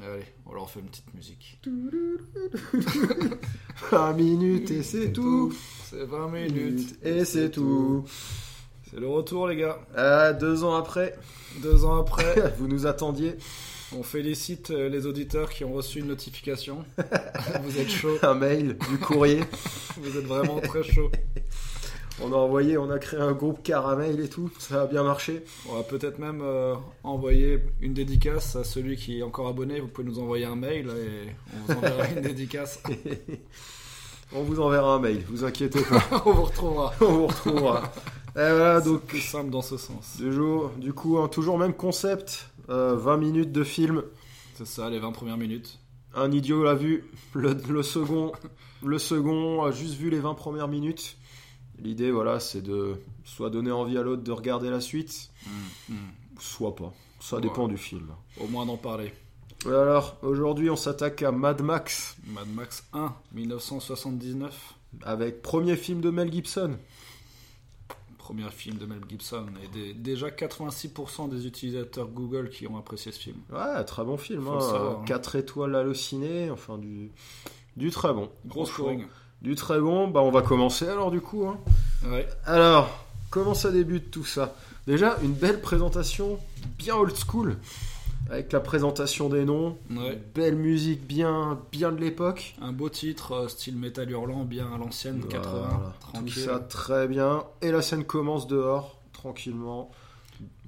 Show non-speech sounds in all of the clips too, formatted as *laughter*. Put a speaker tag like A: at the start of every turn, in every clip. A: Allez, on leur fait une petite musique.
B: 20 minutes et c'est tout.
A: C'est 20 minutes.
B: Et c'est tout.
A: C'est le retour, les gars.
B: Ah, deux ans après, *laughs*
A: Deux ans après,
B: vous nous attendiez.
A: on félicite euh, les auditeurs qui ont reçu une notification. *laughs* Vous êtes chaud.
B: Un mail, du courrier.
A: Vous êtes vraiment très chaud.
B: On a envoyé, on a créé un groupe caramel et tout. Ça a bien marché. *laughs*
A: On va peut-être même euh, envoyer une dédicace à celui qui est encore abonné. Vous pouvez nous envoyer un mail et on vous enverra une dédicace. *laughs*
B: On vous enverra un mail, vous inquiétez pas. *laughs*
A: on vous retrouvera.
B: On vous retrouvera. Et voilà, donc
A: Plus simple dans ce sens.
B: Du, jour, du coup, hein, toujours même concept. euh, 20 minutes de film.
A: C'est ça, les 20 premières minutes.
B: Un idiot l'a vu. Le, le second, le second a juste vu les 20 premières minutes. L'idée, voilà, c'est de soit donner envie à l'autre de regarder la suite,
A: Mm, mm.
B: soit pas. Ça
A: Ouais.
B: dépend du film.
A: Au moins d'en parler.
B: Alors, aujourd'hui, on s'attaque à Mad Max
A: Mad Max 1, 1979.
B: avec premier film de Mel Gibson.
A: Premier film de Mel Gibson. Et des- déjà 86% des utilisateurs Google qui ont apprécié ce film.
B: Ouais, très bon film.
A: Faut le savoir, hein.
B: 4 étoiles à le ciné, enfin du, du très bon.
A: Gros
B: Franchement,
A: scoring.
B: Du très bon, bah on va commencer alors du coup. hein.
A: Ouais.
B: Alors, comment ça débute tout ça Déjà, une belle présentation, bien old school, avec la présentation des noms,
A: ouais.
B: belle musique, bien, bien de l'époque.
A: Un beau titre, euh, style métal hurlant, bien à l'ancienne, 80.
B: Voilà, tout
A: Tranquille.
B: ça très bien. Et la scène commence dehors, tranquillement.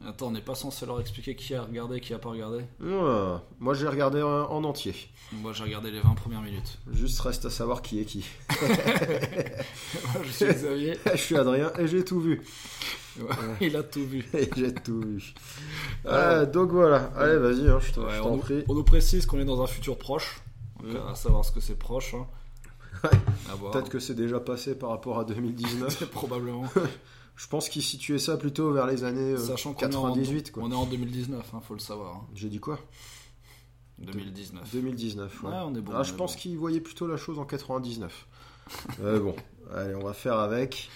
A: Attends, on n'est pas censé leur expliquer qui a regardé, qui a pas regardé.
B: Ouais, Moi, j'ai regardé en- en entier.
A: Moi, j'ai regardé les 20 premières minutes. *laughs*
B: Juste reste à savoir qui est qui. *laughs*
A: Moi, je suis Xavier,
B: Je suis Adrien et j'ai tout vu. *laughs*
A: il a tout vu.
B: Et j'ai tout vu.
A: Alors.
B: Ouais, donc voilà. Allez, vas-y, hein, je t'en
A: Euh, Ouais,
B: je
A: on,
B: t'en
A: nous,
B: prie.
A: on nous précise qu'on est dans un futur proche. Donc,
B: Ouais.
A: À savoir ce que c'est proche. *laughs* hein.
B: Ouais.
A: À voir.
B: Peut-être que c'est déjà passé par rapport à 2019.
A: C'est *laughs* probablement.
B: Je pense qu'ils situaient ça plutôt vers les années euh,
A: Sachant qu'on est, en-
B: 98. quoi.
A: on est en 2019, hein, faut le savoir. hein.
B: J'ai dit quoi
A: 2019.
B: 2019. Ouais.
A: Ouais, on est bon,
B: Ah,
A: on
B: je
A: est
B: pense
A: bon.
B: qu'ils voyaient plutôt la chose
A: *laughs*
B: en 99. Euh, bon, allez, on va faire avec.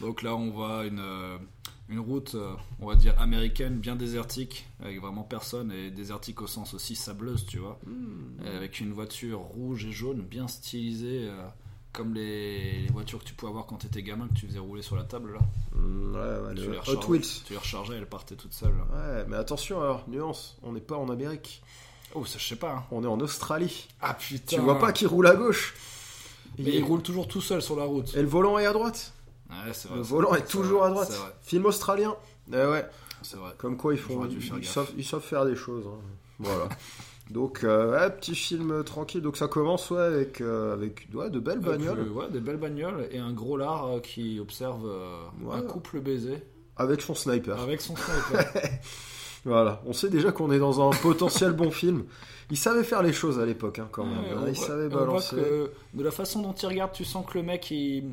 A: Donc là, on voit une, euh, une route, euh, on va dire américaine, bien désertique, avec vraiment personne, et désertique au sens aussi sableuse, tu vois.
B: Mm.
A: Et Avec une voiture rouge et jaune, bien stylisée, euh, comme les, les voitures que tu pouvais avoir quand t'étais gamin, que tu faisais rouler sur la table, là.
B: Mm, ouais, ouais,
A: tu,
B: le
A: les
B: Hot
A: rechargeais-
B: Wheels.
A: tu les rechargeais, elles partaient toutes seules. là.
B: Ouais, mais attention alors, nuance, on n'est pas en Amérique,
A: Oh, ça, je sais pas. hein.
B: on est en Australie.
A: Ah putain
B: Tu vois pas qu'ils roulent à gauche
A: Mais
B: Il-
A: ils roulent toujours tout seuls sur la route.
B: Et le volant est à droite.
A: Ouais, c'est vrai.
B: Le
A: c'est
B: volant
A: vrai,
B: est
A: c'est
B: toujours
A: vrai,
B: à droite.
A: C'est vrai,
B: Film australien. Eh ouais.
A: c'est vrai.
B: Comme quoi ils font,
A: J'aurais dû
B: ils,
A: faire
B: ils
A: gaffe.
B: savent, ils savent faire des choses. hein. Voilà. Donc euh, ouais, petit film euh, tranquille. Donc ça commence ouais avec euh, avec ouais, de belles
A: Avec
B: bagnoles,
A: le- ouais, des belles bagnoles et un gros lard euh, qui observe euh,
B: Ouais.
A: un couple baiser
B: avec son sniper.
A: avec son
B: *laughs*
A: sniper.
B: Voilà. On sait déjà qu'on est dans un potentiel bon film. Ils savaient faire les choses à l'époque hein, quand même.
A: Ouais,
B: hein.
A: on
B: ils
A: voit-
B: savaient
A: on voit
B: balancer.
A: que de la façon dont il regarde, tu sens que le mec il,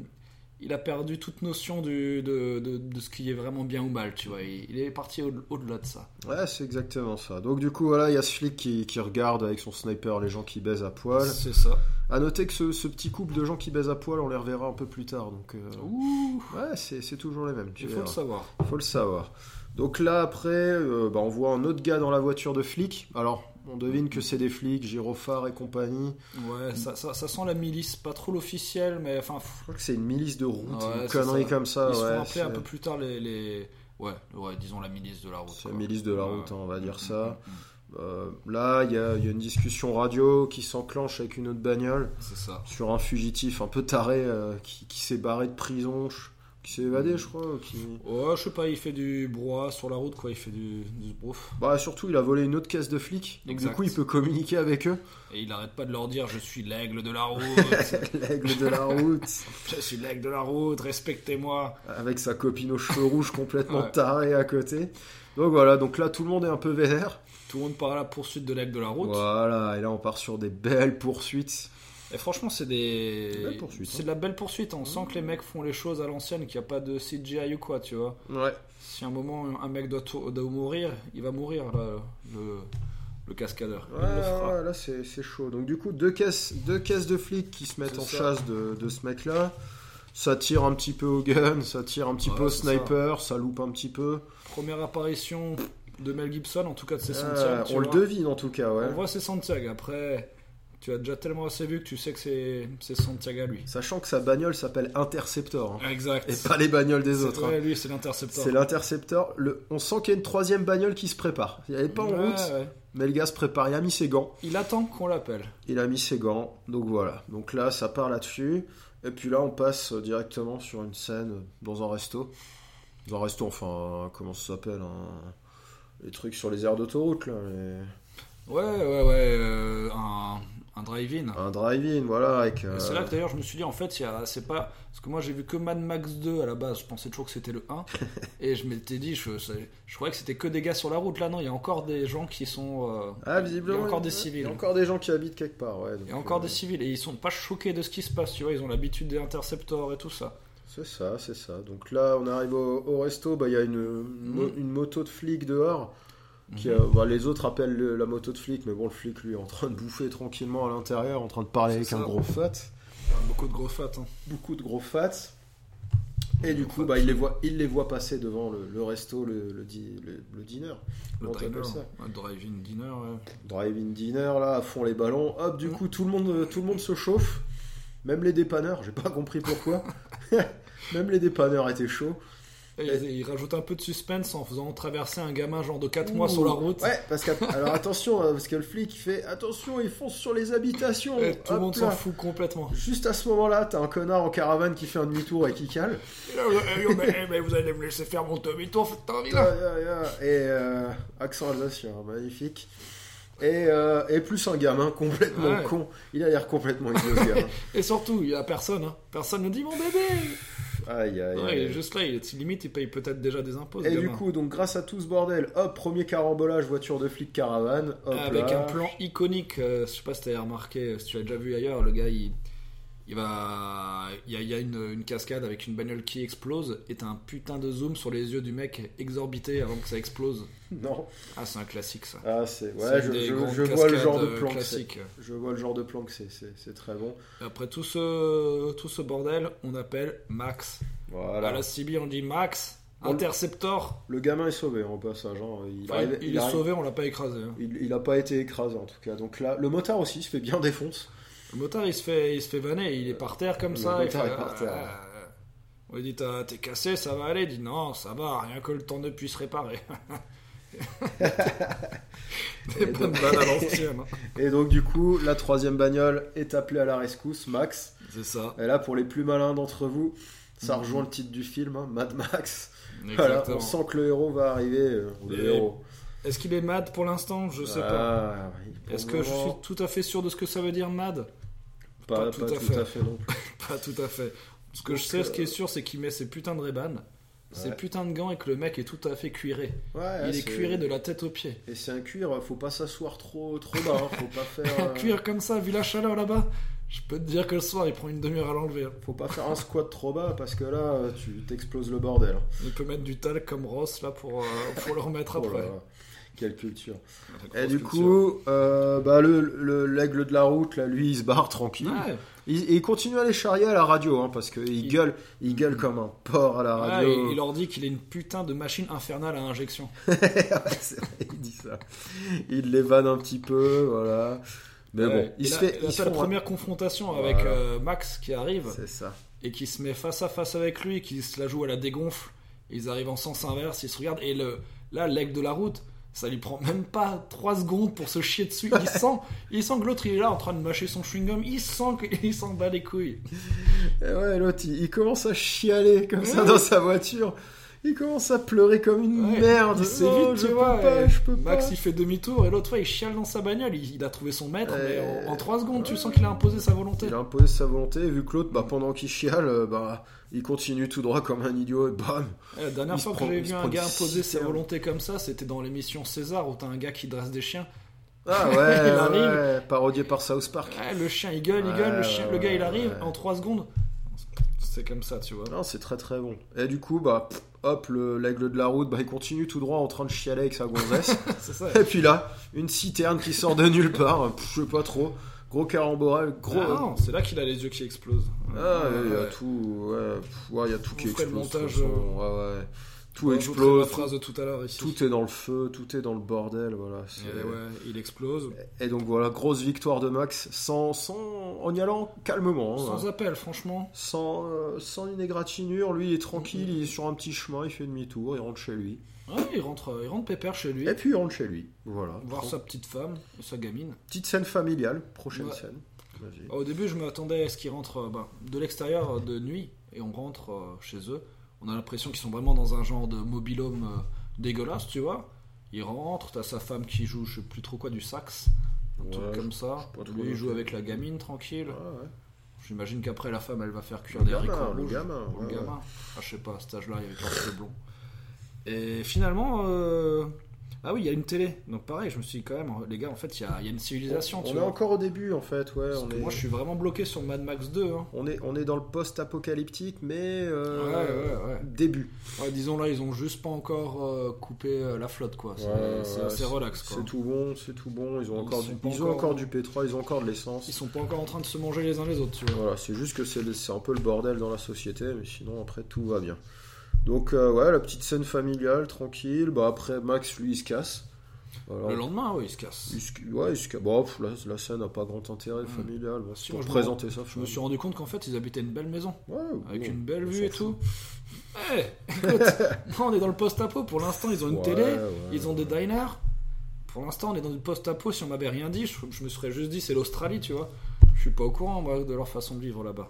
A: il a perdu toute notion du, de, de, de ce qui est vraiment bien ou mal, tu vois. Il, il est parti au- au-delà de ça.
B: Ouais, c'est exactement ça. Donc du coup voilà, il y a ce flic qui, qui regarde avec son sniper les gens qui baisent à poil.
A: C'est ça.
B: À noter que ce, ce petit couple de gens qui baisent à poil, on les reverra un peu plus tard. Donc euh,
A: Ouh,
B: ouais, c'est c'est toujours les mêmes. tu
A: il faut
B: verras.
A: le savoir.
B: Faut le savoir. Donc là, après, euh, bah, on voit un autre gars dans la voiture de flic. Alors, on devine que c'est des flics, gyrophares et compagnie.
A: Ouais, ça, ça, ça sent la milice, pas trop l'officiel, mais enfin, pff,
B: Je crois que c'est une milice de route,
A: Ouais,
B: une
A: c'est
B: connerie
A: ça.
B: comme ça.
A: ils se
B: Ah ouais,
A: font appeler
B: c'est-
A: un peu plus tard les, les... Ouais, ouais, disons la milice de la route.
B: c'est la
A: quoi.
B: milice de la
A: Ouais.
B: route, hein, on va dire ça.
A: Mm, mm, mm.
B: Euh, là, il y, a il y a une discussion radio qui s'enclenche avec une autre bagnole
A: C'est ça.
B: sur un fugitif un peu taré euh, qui, qui s'est barré de prison, je- qui s'est évadé, je crois. ou Qui...
A: Ouais, je sais pas, il fait du brouhaha sur la route, quoi. Il fait du, du brouf.
B: Bah, surtout, il a volé une autre caisse de flics. Donc, du
A: Exact.
B: coup, il peut communiquer avec eux. *laughs*
A: Et il arrête pas de leur dire Je suis l'aigle de la route,
B: L'aigle de la route.
A: je suis l'aigle de la route, respectez-moi.
B: avec sa copine aux *laughs* cheveux rouges complètement
A: Ouais.
B: tarée à côté. Donc voilà, donc là tout le monde est un peu vénère.
A: Tout le monde part à la poursuite de l'aigle de la route.
B: Voilà, et là on part sur des belles poursuites.
A: Et franchement, c'est des.
B: Belle poursuite,
A: c'est
B: hein.
A: de la belle poursuite. On sent que les mecs font les choses à l'ancienne, qu'il n'y a pas de CGI ou quoi, tu vois.
B: Ouais.
A: Si à un moment un mec doit, tou- doit mourir, il va mourir, là, le, le cascadeur.
B: Ouais,
A: Il le fera.
B: ouais, là c'est c'est chaud. Donc du coup, deux caisses, deux caisses de flics qui se mettent
A: C'est
B: en
A: ça.
B: chasse de, de ce mec-là. Ça tire un petit peu au gun, ça tire un petit
A: Ouais,
B: peu au
A: c'est ça.
B: sniper, ça. loupe un petit peu.
A: Première apparition, de Mel Gibson, en tout cas de ses
B: Ah,
A: Santiago. tu
B: on le
A: vois.
B: devine en tout cas, ouais.
A: On voit ses Santiago. Après, tu as déjà tellement assez vu que tu sais que c'est c'est Santiago à lui.
B: Sachant que sa bagnole s'appelle Interceptor hein,
A: Exact.
B: et pas les bagnoles des
A: C'est-
B: autres. hein.
A: ouais, lui, c'est l'intercepteur.
B: C'est l'intercepteur. Le... On sent qu'il y a une troisième bagnole qui se prépare. Il n'y avait pas en
A: Ouais,
B: route,
A: ouais.
B: mais le gars se prépare. Il a mis ses gants.
A: Il attend qu'on l'appelle.
B: Il a mis ses gants. Donc voilà. Donc là, ça part là-dessus. Et puis là, on passe directement sur une scène dans un resto. Dans un resto, enfin, un- comment ça s'appelle un- Les trucs sur les aires d'autoroute, là. les-
A: Ouais, ouais, ouais. euh, un un drive-in.
B: Un drive-in, voilà. Avec,
A: Et
B: euh,
A: C'est là que d'ailleurs je me suis dit en fait, il y a- c'est pas. Parce que moi j'ai vu que Mad Max 2 à la base, je pensais toujours que c'était le
B: *laughs*
A: 1. et je m'étais dit, je, ça- je croyais que c'était que des gars sur la route. Là non, il y a encore des gens qui sont. euh,
B: Ah, visiblement.
A: Il y a encore des
B: ouais,
A: civils.
B: Il y a encore des gens qui habitent quelque part, ouais. donc,
A: Il y a encore
B: euh,
A: des civils et ils sont pas choqués de ce qui se passe, tu vois. Ils ont l'habitude des interceptors et tout ça.
B: C'est ça, c'est ça. Donc là, on arrive au, au resto, bah, il y a une, une mo-
A: Mm.
B: une moto de flic dehors. Qui,
A: Mhm.
B: euh, bah, les autres appellent le- la moto de flic, mais bon, le flic, lui, est en train de bouffer tranquillement à l'intérieur, en train de parler
A: C'est
B: avec un
A: ça.
B: gros fat.
A: Beaucoup de gros fat. Hein.
B: Beaucoup de gros fat. Et du
A: Gros
B: coup,
A: fat.
B: bah, il, les voit, il les voit passer devant le, le resto, le, le, di- le- le dîner.
A: Le hein.
B: Comment t'appelles
A: diner.
B: ça
A: Ouais, Drive-in dinner, ouais.
B: Drive-in dîner, là, à fond les ballons. Hop, du
A: Mm.
B: coup, tout le, monde, euh, tout le monde se chauffe. Même les dépanneurs, j'ai pas compris
A: *laughs*
B: pourquoi. *laughs* Même les dépanneurs étaient chauds.
A: Et
B: Et-
A: ils, ils rajoutent un peu de suspense en faisant traverser un gamin genre de 4 mois sur la route.
B: Ouais, parce que alors attention, hein, parce que le flic il fait attention, ils foncent sur les habitations.
A: Et Eh, tout le
B: Hop
A: monde
B: là.
A: s'en fout complètement.
B: Juste à ce moment-là, t'as un connard en caravane qui fait un demi-tour et
A: *laughs*
B: qui cale.
A: Eh, eh, mais, eh, mais vous allez me laisser faire mon demi-tour, faites un
B: Ah, ah, ah, Et euh, accent alsacien, hein, magnifique. Et, euh, et plus un gamin complètement
A: Ouais.
B: con. Il a l'air complètement idiot, ce
A: *laughs*
B: gamin.
A: Et surtout, il y a personne. Hein. Personne ne dit mon bébé.
B: Aïe, aïe,
A: Ouais,
B: aïe.
A: il est juste là, il est limite, il paye peut-être déjà des impôts. ce
B: Et du
A: gamin.
B: coup, donc grâce à tout ce bordel, hop, premier carambolage, voiture de flic caravane, hop
A: Ah, avec
B: là.
A: un plan iconique, euh, je sais pas si t'avais remarqué, euh, si tu l'as déjà vu ailleurs, le gars il, il va, il y a, il y a une, une cascade avec une bagnole qui explose et t'as un putain de zoom sur les yeux du mec exorbité avant que ça explose.
B: *laughs* Non.
A: Ah c'est un classique ça.
B: Ah, c'est.
A: C'est
B: Ouais, je,
A: des
B: je-
A: grandes
B: je vois le
A: cascades,
B: genre de
A: euh,
B: plan que c'est.
A: classique.
B: Je vois le genre de plan que c'est. C'est c'est très bon.
A: Après tout ce, tout ce bordel, on appelle Max.
B: Voilà.
A: À la CB on dit Max,
B: On-
A: Interceptor.
B: Le gamin est sauvé hein, au passage. hein. Il,
A: Enfin,
B: arrive-
A: il,
B: il
A: est
B: arrive-
A: sauvé, on l'a pas écrasé. hein.
B: il- il a pas été écrasé en tout cas. Donc là, le motard aussi se fait bien défonce.
A: Le motard, il se fait, il se fait vanner, il est par terre comme
B: Le
A: ça. il
B: motard
A: fait,
B: est par
A: Ah,
B: terre.
A: ah, ah. On lui dit T'as- t'es cassé, ça va aller. Il dit non, ça va, rien que le temps ne puisse réparer.
B: *laughs* Et
A: C'est pas
B: donc-
A: une balle à l'ancienne, hein.
B: Et donc du coup, la troisième bagnole est appelée à la rescousse, Max.
A: C'est ça.
B: Et là, pour les plus malins d'entre vous, ça
A: Mhm.
B: rejoint le titre du film, hein, Mad Max. Voilà,
A: Exactement.
B: on sent que le héros va arriver. euh, ou le
A: Et-
B: héros.
A: Est-ce qu'il est mad pour l'instant Je sais pas.
B: Ah, oui, pour
A: Est-ce
B: le
A: que je
B: moment,
A: suis tout à fait sûr de ce que ça veut dire mad
B: pas,
A: pas
B: pas
A: tout à
B: tout
A: fait.
B: à fait non
A: *laughs*
B: plus.
A: Pas tout à fait. Ce que
B: Donc,
A: je sais, ce qui
B: euh,
A: est sûr, c'est qu'il met ses putains de Reban, ses
B: Ouais.
A: putains de gants et que le mec est tout à fait cuiré.
B: Ouais,
A: Il est
B: c'est-
A: cuiré de la tête aux pieds.
B: Et c'est un cuir, faut pas s'asseoir trop, trop bas, hein, faut
A: *laughs*
B: pas faire. euh,
A: Cuir comme ça, vu la chaleur là-bas, je peux te dire que le soir, il prend une demi-heure à l'enlever. hein.
B: Faut pas faire un squat trop bas parce que là, euh, tu t'exploses le bordel. hein.
A: Il peut mettre du talc comme Ross là pour, euh, pour le remettre
B: Oh là
A: après.
B: là, quelle culture.
A: La grosse
B: Et du
A: culture.
B: coup, euh, bah, le- le- l'aigle de la route, là, lui, il se barre *laughs* tranquille.
A: Ouais,
B: Il, il continue à les charrier à la radio, hein, parce qu'il
A: Il-
B: gueule, il gueule comme un porc à la
A: ouais,
B: radio. *laughs*
A: il, il leur dit qu'il est une putain de machine infernale à injection.
B: C'est vrai, il dit ça. Il les vanne un petit peu, voilà. Mais
A: Ouais.
B: bon, il
A: Et
B: se
A: là-
B: fait.
A: là,
B: Il
A: t'as
B: se
A: la
B: font-
A: première confrontation avec
B: Voilà.
A: euh, Max qui arrive
B: C'est ça.
A: et qui se met face à face avec lui, qui se la joue à la dégonfle. Ils arrivent en sens inverse, ils se regardent et le, là, l'aigle de la route. Ça lui prend même pas 3 secondes pour se chier dessus. Il sent, il sent que l'autre il est là en train de mâcher son chewing-gum. *laughs* Il sent qu'il s'en bat les couilles.
B: Et ouais, l'autre, il, il commence à chialer comme ça
A: Ouais.
B: dans sa voiture. Il commence à pleurer comme une
A: Ouais,
B: merde.
A: il s'évite,
B: Oh,
A: tu
B: je peux
A: vois,
B: pas,
A: et
B: je peux
A: Max
B: pas.
A: il fait demi-tour et l'autre fois il chiale dans sa bagnole. Il, il a trouvé son maître, mais
B: Euh,
A: en, en trois secondes tu sens qu'il a imposé sa volonté.
B: Il a imposé sa volonté, vu que l'autre, bah, pendant qu'il chiale, euh, bah, il continue tout droit comme un idiot,
A: *laughs*
B: et bam
A: Eh, La dernière
B: il se
A: fois que
B: prend-
A: j'ai
B: il
A: vu
B: se
A: un
B: prend
A: gars
B: une
A: imposer sa
B: citerne.
A: volonté comme ça, c'était dans l'émission César où t'as un gars qui dresse des chiens.
B: Ah ouais,
A: Il arrive.
B: ouais, parodié par South Park.
A: Eh, le chien il gueule, il
B: Ouais,
A: gueule, le, chien-
B: ouais,
A: le gars il
B: ouais,
A: arrive
B: ouais.
A: en trois secondes. C'est comme ça, tu vois.
B: Non, c'est très très bon. Et du coup, bah, pff, hop, le- l'aigle de la route, bah, il continue tout droit en train de chialer avec sa
A: *laughs*
B: gonzesse.
A: *laughs* C'est ça.
B: Et puis là, une citerne qui sort de nulle part, pff, je sais pas trop. Gros carambolage, gros.
A: Ah non, c'est là qu'il a les yeux qui explosent.
B: Ah,
A: Ouais,
B: il y a
A: ouais.
B: tout, ouais, pff, ouais, il y a tout
A: Vous
B: qui
A: ferez
B: explose.
A: le
B: de toute
A: montage, euh,
B: façon, ouais, ouais. Tout
A: On rejoue
B: explose,
A: la phrase de tout à l'heure ici.
B: tout est dans le feu, tout est dans le bordel, voilà.
A: Et
B: c'est-
A: Eh ouais, il explose.
B: Et donc voilà, grosse victoire de Max, sans, sans, en y allant calmement. hein,
A: Sans
B: voilà.
A: appel, franchement.
B: sans, euh, sans une égratignure, lui il est tranquille, il est sur un petit chemin, il fait demi-tour, il rentre chez lui.
A: Ouais, il rentre, euh, il rentre pépère chez lui.
B: Et puis il rentre chez lui, voilà.
A: Voir
B: Tran-
A: sa petite femme, sa gamine.
B: Petite scène familiale, prochaine
A: Ouais. Bah,
B: scène. Vas-y.
A: Au début, je m'attendais à ce qu'ils rentrent euh, bah, de l'extérieur euh, de nuit et on rentre euh, chez eux. On a l'impression qu'ils sont vraiment dans un genre de mobilhome euh, dégueulasse, tu vois. Ils rentrent, t'as sa femme qui joue, je sais plus trop quoi, du sax, un
B: Ouais,
A: truc
B: je-
A: comme ça.
B: je sais pas trop
A: Lui, il
B: non
A: joue
B: plus.
A: avec la gamine tranquille.
B: Ouais, ouais.
A: J'imagine qu'après, la femme, elle va faire cuire
B: Le
A: des
B: gamin,
A: haricots
B: le
A: rouges.
B: gamin,
A: Ou le
B: ouais,
A: gamin. Ah, je sais pas, à cet âge-là, il y avait pas de blond. Et finalement, euh, ah oui, il y a une télé. Donc pareil, je me suis dit quand même, les gars, en fait, il y a, il y a une civilisation,
B: On,
A: tu
B: est
A: vois.
B: encore au début en fait, ouais.
A: Parce
B: On
A: que
B: est,
A: Moi, je suis vraiment bloqué sur Mad Max 2. hein.
B: on, est, on est dans le post-apocalyptique, mais euh,
A: Ouais, ouais, ouais.
B: début.
A: Ouais, disons là, ils ont juste pas encore euh, coupé euh, la flotte, quoi. C'est
B: Ouais,
A: c'est
B: ouais,
A: assez
B: c'est-
A: relax, quoi.
B: C'est tout bon, c'est tout bon. Ils ont,
A: Ils
B: encore,
A: sont
B: du,
A: pas
B: ils ont
A: encore-
B: encore du pétrole, ils ont encore de
A: Ils
B: l'essence.
A: sont pas encore en train de se manger les uns les autres, tu vois.
B: Voilà, c'est juste que c'est c'est un peu le bordel dans la société, mais sinon après tout va bien. Donc euh, ouais, la petite scène familiale, tranquille. Bah après Max lui il se casse. Voilà.
A: Le lendemain, ouais, ils se cassent.
B: Il se- ouais, il se casse. Bon, pff, la, la scène n'a pas grand intérêt
A: Mm.
B: familial. Bon,
A: Si,
B: pour
A: moi, je me-
B: présenter ça,
A: Je me suis rendu compte qu'en fait, ils habitaient une belle maison, avec une belle vue et tout. Eh, écoute, *laughs* moi, on est dans le post-apo. Pour l'instant, ils ont une télé, ils ont des diners. Pour l'instant, on est dans du post-apo. Si on m'avait rien dit, je, je me serais juste dit c'est l'Australie, tu vois. Je suis pas au courant moi, de leur façon de vivre là-bas.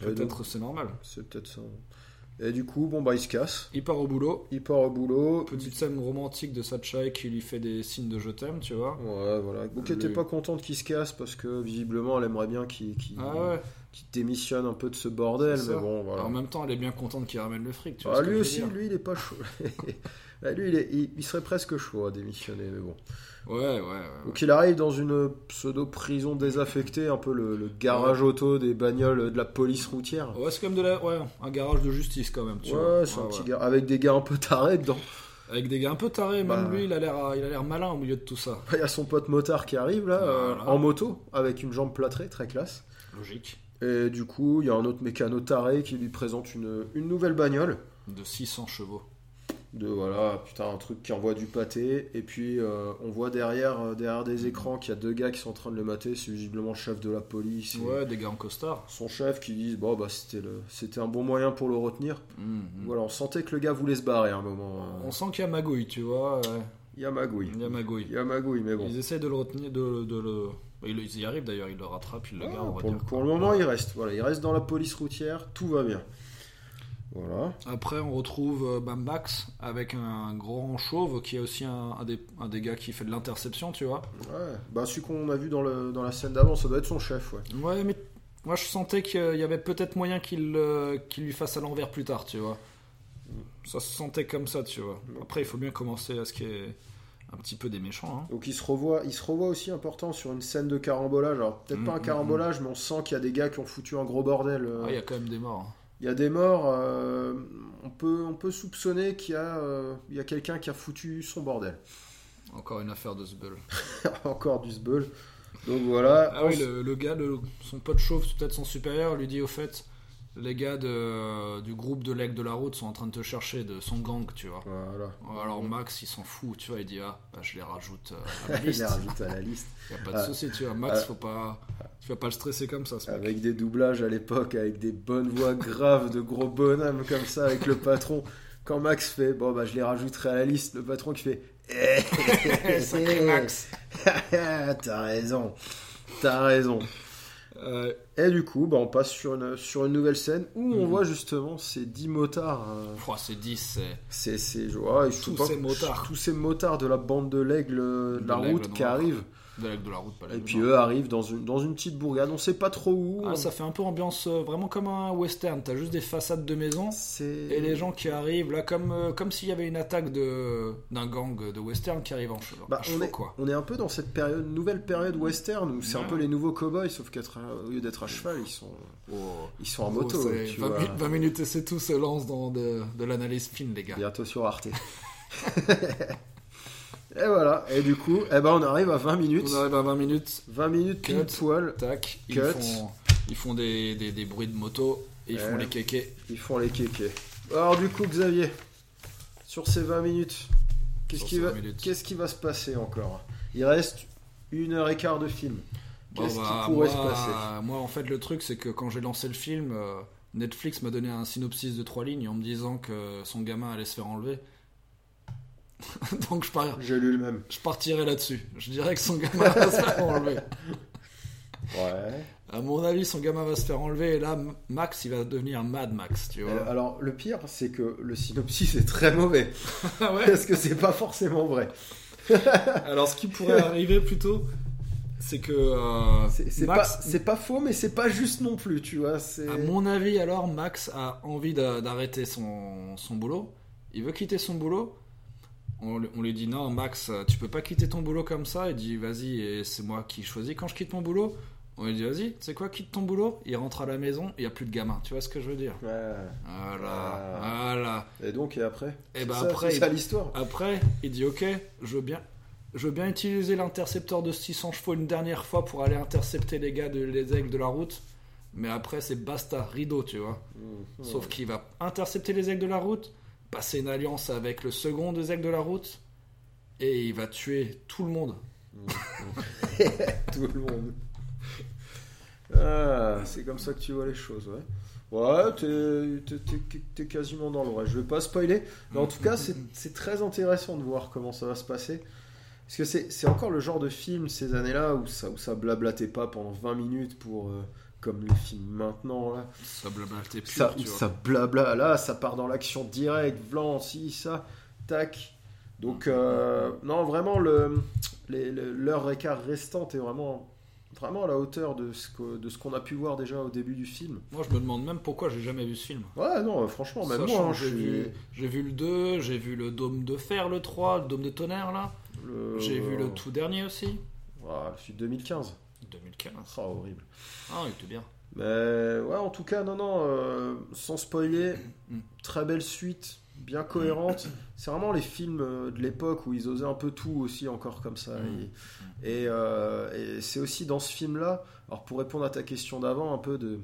B: Ouais, donc-
A: Peut-être c'est normal.
B: C'est peut-être ça. Et du coup, bon bah il se casse,
A: Il part au boulot.
B: il part au boulot.
A: Petite scène romantique de Satchai qui lui fait des signes de je t'aime, tu vois.
B: Ouais, voilà. Bouquet
A: Le-
B: était pas contente qu'il se casse parce que visiblement elle aimerait bien qu'il qu'il-
A: Ah ouais.
B: qu'il démissionne un peu de ce bordel,
A: C'est
B: mais
A: ça.
B: bon
A: Alors,
B: voilà.
A: en même temps, elle est bien contente qu'il ramène le fric, tu vois.
B: Ah,
A: ce que
B: lui
A: je veux
B: aussi,
A: dire.
B: lui il est
A: *laughs*
B: pas chaud. Ah, lui il, est- il- il serait presque chaud à démissionner, mais bon.
A: Ouais, ouais, Ah ouais.
B: Donc il arrive dans une pseudo prison désaffectée, un peu le, le garage auto des bagnoles de la police routière.
A: Ouais, c'est comme de la... ouais, un garage de justice quand même, tu vois.
B: Ouais, c'est un
A: Ouais,
B: petit
A: ouais.
B: gars avec des gars un peu tarés dedans. *laughs*
A: Avec des gars un peu tarés, même
B: Bah.
A: lui, il a l'air euh, il a l'air malin au milieu de tout ça.
B: Il y a son pote motard qui arrive là, euh,
A: Voilà.
B: en moto, avec une jambe plâtrée, très classe.
A: Logique.
B: Et du coup, il y a un autre mécano taré qui lui présente une, une nouvelle bagnole.
A: De 600 chevaux.
B: De voilà, putain, un truc qui envoie du pâté. Et puis, euh, on voit derrière, euh, derrière des écrans qu'il y a deux gars qui sont en train de le mater. C'est visiblement le chef de la police. et
A: Ouais, des gars en costard.
B: Son chef qui disent Bon, bah, c'était le- c'était un bon moyen pour le retenir.
A: Hum, hum.
B: Voilà, on sentait que le gars voulait se barrer à un moment. euh.
A: On sent qu'il y a magouille, tu vois. ouais.
B: Il y a magouille.
A: Il y a magouille.
B: Il y a magouille, mais bon.
A: Ils essaient de le retenir, de, de le... Ils, ils y arrivent d'ailleurs, ils le rattrapent, ils le
B: Ah,
A: gardent, on va
B: pour,
A: dire.
B: pour le moment, il reste. Voilà, il reste dans la police routière, tout va bien. Voilà.
A: Après, on retrouve euh, bah, Max avec un grand chauve qui est aussi un, un des, un des gars qui fait de l'interception, tu vois.
B: Ouais. Bah, celui qu'on a vu dans, le, dans la scène d'avant, ça doit être son chef, ouais.
A: Ouais, mais moi je sentais qu'il y avait peut-être moyen qu'il euh, qu'il lui fasse à l'envers plus tard, tu vois. Ça se sentait comme ça, tu vois. Après, il faut bien commencer à ce qu'il y ait un petit peu des méchants. hein.
B: Donc il se revoit, il se revoit aussi important sur une scène de carambolage. Alors peut-être
A: Mm,
B: pas un
A: mm,
B: carambolage, mais on sent qu'il y a des gars qui ont foutu un gros bordel. euh.
A: Ah, Il y a quand même des morts. hein.
B: Il y a des morts. euh, on peut, on peut soupçonner qu'il y a, euh, il y a quelqu'un qui a foutu son bordel. *laughs*
A: hein. Encore une affaire de ce bol.
B: Encore du sbeul. Donc voilà.
A: Ah
B: On
A: oui,
B: s-
A: le, le gars, le- son pote chauve, c'est peut-être son supérieur, lui dit au fait les gars de, du groupe de l'aigle de la route sont en train de te chercher, de son gang, tu vois.
B: Voilà.
A: Alors Max, il s'en fout, tu vois, il dit ah, bah, je les rajoute euh, à la
B: *laughs* Il
A: liste.
B: les rajoute à la liste.
A: y a pas de
B: Ah.
A: souci, tu vois. Max,
B: Ah.
A: faut pas, tu vas pas le stresser comme ça. ce mec.
B: Avec des doublages à l'époque, avec des bonnes
A: *laughs*
B: voix graves de gros bonhommes comme ça, avec le patron. Quand Max fait, bon bah je les rajouterai à la liste, le patron qui fait, *laughs*
A: *laughs*
B: eh,
A: Sacré Max.
B: *laughs* T'as raison. T'as raison.
A: Euh,
B: Et du coup, bah, on passe sur une, sur une nouvelle scène où on
A: Mhm.
B: voit justement ces 10 motards. euh,
A: oh, c'est 10 c'est
B: ces, ces, je- ouais, je sais
A: Tous
B: pas-
A: ces motards.
B: Tous ces motards de la bande de l'aigle euh, de,
A: De
B: la
A: l'Aigle
B: route qui
A: noir.
B: arrivent.
A: de l'aigle de la hein. route, pas
B: Et
A: l'aigle
B: puis
A: noir.
B: eux arrivent dans une, dans une petite bourgade. On sait pas trop où.
A: Ah, ça fait un peu ambiance euh, vraiment comme un western. T'as juste des façades de maisons
B: C'est-
A: et les gens qui arrivent là comme euh, comme s'il y avait une attaque de d'un gang de western qui arrive en chevaux,
B: Bah,
A: à
B: on,
A: chevaux,
B: est,
A: quoi.
B: on est un peu dans cette période, nouvelle période western où c'est un
A: Ouais.
B: peu les nouveaux cowboys, sauf qu'à tra- au lieu d'être à cheval, ils sont,
A: Oh.
B: ils sont en
A: Oh,
B: moto.
A: c'est
B: tu
A: 20,
B: vois.
A: minutes- 20 minutes et c'est tout se lance dans de, de l'analyse fine, les gars.
B: Bientôt sur Arte. *laughs* et voilà. Et du coup, eh ben on arrive à 20 minutes.
A: On arrive à 20 minutes,
B: 20 minutes pile
A: Cut.
B: poil.
A: tac, ils
B: Cut.
A: font, ils font des, des, des bruits de moto et ils
B: Ouais.
A: font les kékés.
B: Ils font les kékés. Alors du coup, Xavier, Sur ces 20 minutes, qu'est-ce
A: Sur
B: qui,
A: ces
B: va...
A: 20 minutes.
B: qu'est-ce qui va se passer encore Il reste une heure et quart de film.
A: Bon,
B: Qu'est-ce
A: bah,
B: qui pourrait
A: moi,
B: se passer
A: Moi, en fait, le truc, c'est que quand j'ai lancé le film, euh, Netflix m'a donné un synopsis de trois lignes en me disant que son gamin allait se faire enlever. *laughs* Donc, je, pars-
B: J'ai lu le même.
A: je partirai là-dessus. Je dirais que son gamin va se
B: *laughs*
A: faire enlever.
B: Ouais.
A: À mon avis, son gamin va se faire enlever et là, M- Max, il va devenir Mad Max, tu vois.
B: Euh, alors, le pire, c'est que le synopsis est très
A: *laughs*
B: mauvais.
A: Ah ouais
B: Parce que c'est pas forcément vrai.
A: Alors, ce qui pourrait arriver plutôt, c'est que euh,
B: C'est c'est pas,
A: Max, Ah
B: c'est pas faux, mais c'est pas juste non plus, tu vois. C'est...
A: à mon avis, alors Max a envie d'a- d'arrêter son, son boulot. Il veut quitter son boulot. On, lui- on lui dit non, Max, euh, tu peux pas quitter ton boulot comme ça. Il dit vas-y, et c'est moi qui choisis quand je quitte mon boulot. On lui dit vas-y, c'est quoi, quitte ton boulot. Il rentre à la maison, il y a plus de gamin. Tu vois ce que je veux dire
B: Ouais.
A: Voilà,
B: Ah.
A: voilà.
B: Et donc, et après
A: Et
B: C'est
A: ben
B: ça,
A: après,
B: c'est
A: il-
B: ça l'histoire.
A: Après, il dit ok, je veux bien, je veux bien utiliser l'intercepteur de 600 chevaux une dernière fois pour aller intercepter les gars de les aigles de la route. Mais après, c'est basta, rideau, tu vois.
B: Mhm.
A: Sauf qu'il va intercepter les aigles de la route, passer une alliance avec le second des aigles de la route, et il va tuer tout le monde.
B: *laughs* tout le monde. Ah, c'est comme ça que tu vois les choses, ouais. Ouais, t'es- t'es- t'es- t'es quasiment dans le vrai. Je vais pas spoiler, mais en tout cas, c'est c'est très intéressant de voir comment ça va se passer. Parce que c'est c'est encore le genre de film ces années-là où ça, où ça blablatait pas pendant 20 minutes pour. euh, comme les films maintenant, là.
A: Ça blablatait pur,
B: Ça,
A: tu vois.
B: ça blabla, là, ça part dans l'action directe, blanc, si, ça, tac. Donc, euh, non, vraiment, le, les- le- l'heure écart restante est vraiment, vraiment à la hauteur de ce, que, de ce qu'on a pu voir déjà au début du film.
A: Moi, je me demande même pourquoi j'ai jamais vu ce film.
B: Ouais, non, franchement, même
A: Sachant
B: moi, hein,
A: que
B: je
A: j'ai
B: suis-
A: vu, j'ai vu le 2, j'ai vu le dôme de fer, le 3, le dôme de tonnerre, là.
B: le-
A: J'ai vu le tout dernier aussi.
B: Ah, je suis 2015.
A: 2015.
B: Ah, horrible.
A: Ah, il était bien.
B: Mais Euh, ouais, en tout cas, non, non, euh, sans spoiler,
A: Mm.
B: très belle suite, bien cohérente. C'est vraiment les films euh, de l'époque où ils osaient un peu tout aussi, encore comme ça.
A: Mm.
B: Et, et, euh, et c'est aussi dans ce film-là, alors pour répondre à ta question d'avant, un peu de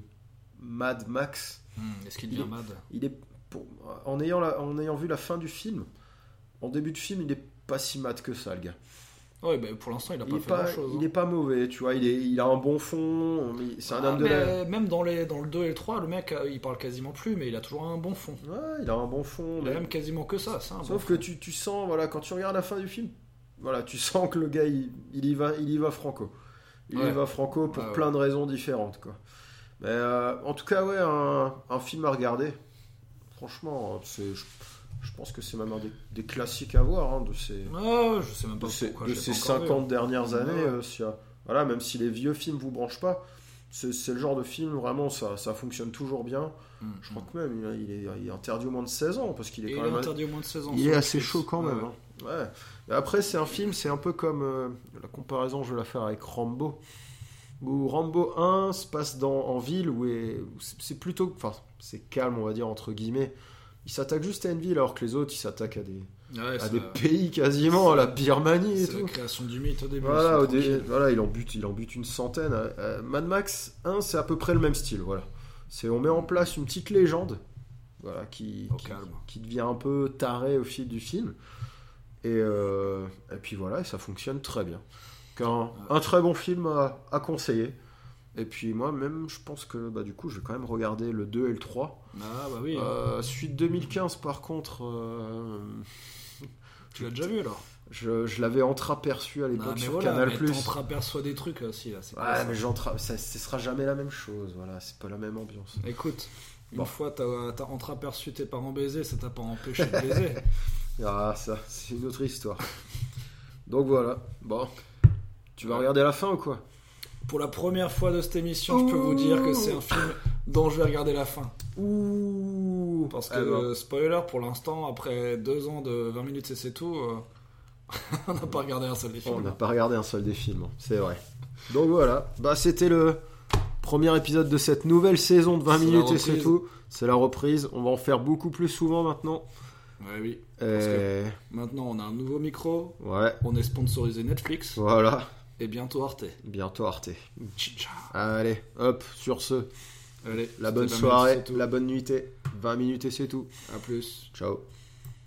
B: Mad Max,
A: Hmm, Est-ce qu'il
B: Il
A: devient
B: est-
A: mad
B: il est, pour- en, ayant la- en ayant vu la fin du film, en début de film, il est pas si mad que ça, le gars.
A: Ouais, bah, pour l'instant, il a
B: Il
A: pas
B: est
A: fait
B: pas,
A: grand-chose.
B: il est
A: hein.
B: pas mauvais, tu vois, il, est, il a un bon fond, mais c'est un
A: Ah,
B: homme de
A: mais,
B: la...
A: euh, Même dans, les, dans le 2 et le 3, le mec, euh, il parle quasiment plus, mais il a toujours un bon fond.
B: Ouais, il a un bon fond.
A: Il a
B: mais-
A: même quasiment que ça. c'est un
B: Sauf
A: Ah bon
B: que
A: fond.
B: tu, tu sens, voilà, quand tu regardes la fin du film, voilà, tu sens que le gars, il, il y, va, il y va franco. Il y
A: Ouais.
B: va franco pour
A: Ouais, ouais.
B: plein de raisons différentes, quoi. Mais euh, en tout cas, ouais, un, un film à regarder. Franchement, c'est, je, je pense que c'est même un des, des classiques à voir hein, de ces,
A: Ah, je sais même
B: de
A: pas
B: ces,
A: pourquoi
B: de
A: je l'ai
B: ces
A: pas encore vu. hein.
B: 50 dernières années.
A: Ouais.
B: euh, s'il y a- voilà, même si les vieux films vous branchent pas, c'est, c'est le genre de film, vraiment, ça, ça fonctionne toujours bien.
A: Hmm,
B: Je crois que même, il, est- il est, il est interdit au moins de 16 ans, parce qu'il
A: Et
B: est
A: il
B: quand
A: est
B: même
A: interdit au moins de 16 ans.
B: il
A: sur
B: est assez
A: Netflix.
B: chaud quand même.
A: Ouais.
B: hein. Ouais. Mais après, c'est un film, c'est un peu comme euh, la comparaison, je vais la faire avec Rambo. Où Rambo 1 se passe dans, en ville où, est- où c'est c'est plutôt. Enfin, c'est calme, on va dire, entre guillemets. Il s'attaque juste à une ville alors que les autres, ils s'attaquent à des,
A: Ouais,
B: à
A: c'est
B: Ah, des
A: la-
B: pays quasiment, à la Birmanie et
A: c'est la
B: tout.
A: création du mythe au début. c'est
B: Voilà, au dé-
A: tranquille.
B: voilà, il en bute, il en bute une centaine. Euh, Mad Max 1, c'est à peu près le même style. Voilà, c'est on met en place une petite légende, voilà, qui
A: Au
B: qui,
A: calme.
B: qui devient un peu tarée au fil du film. Et, euh, et puis voilà, et ça fonctionne très bien. Qu'un- un très bon film à, à conseiller. Et puis moi même, je pense que bah, du coup, je vais quand même regarder le 2 et le 3.
A: Ah, bah oui.
B: Euh, suite 2015 par contre, euh,
A: tu l'as déjà vu alors
B: je, je l'avais entreaperçu à
A: Ah,
B: l'époque
A: mais
B: sur
A: voilà,
B: Canal+.
A: mais t'entreaperçois des trucs là, aussi. Là, c'est pas
B: Ouais,
A: ça.
B: mais j'en tra- ça, ce sera jamais la même chose, voilà, c'est pas la même ambiance.
A: Écoute, une
B: Bon.
A: fois t'as t'as entreaperçu tes parents baiser, ça t'a pas empêché de
B: *laughs*
A: baiser.
B: Ah, ça, c'est une autre histoire. Donc voilà, bon. Tu vas
A: Ouais.
B: regarder la fin ou quoi
A: Pour la première fois de cette émission, je peux vous dire que c'est un film dont je vais regarder la fin.
B: Ouh
A: Parce que,
B: Eh ben,
A: euh, spoiler, pour l'instant, après deux ans de 20 minutes et c'est tout, euh, *laughs* on n'a pas regardé un seul des
B: on n'a
A: films.
B: pas regardé un seul des films, hein, c'est vrai. Donc voilà, bah c'était le premier épisode de cette nouvelle saison de 20
A: C'est la
B: minutes et c'est
A: reprise.
B: tout. C'est la reprise, on va en faire beaucoup plus souvent maintenant.
A: Ouais, oui. Parce
B: Et...
A: Maintenant, on a un nouveau micro,
B: Ouais,
A: on est sponsorisé Netflix,
B: voilà,
A: et bientôt Arte.
B: bientôt Arte.
A: Tcha.
B: Allez, hop, sur ce,
A: Allez,
B: la bonne
A: c'était 20 minutes,
B: soirée,
A: c'est tout.
B: la bonne nuitée, 20 minutes et c'est tout.
A: À plus.
B: Ciao.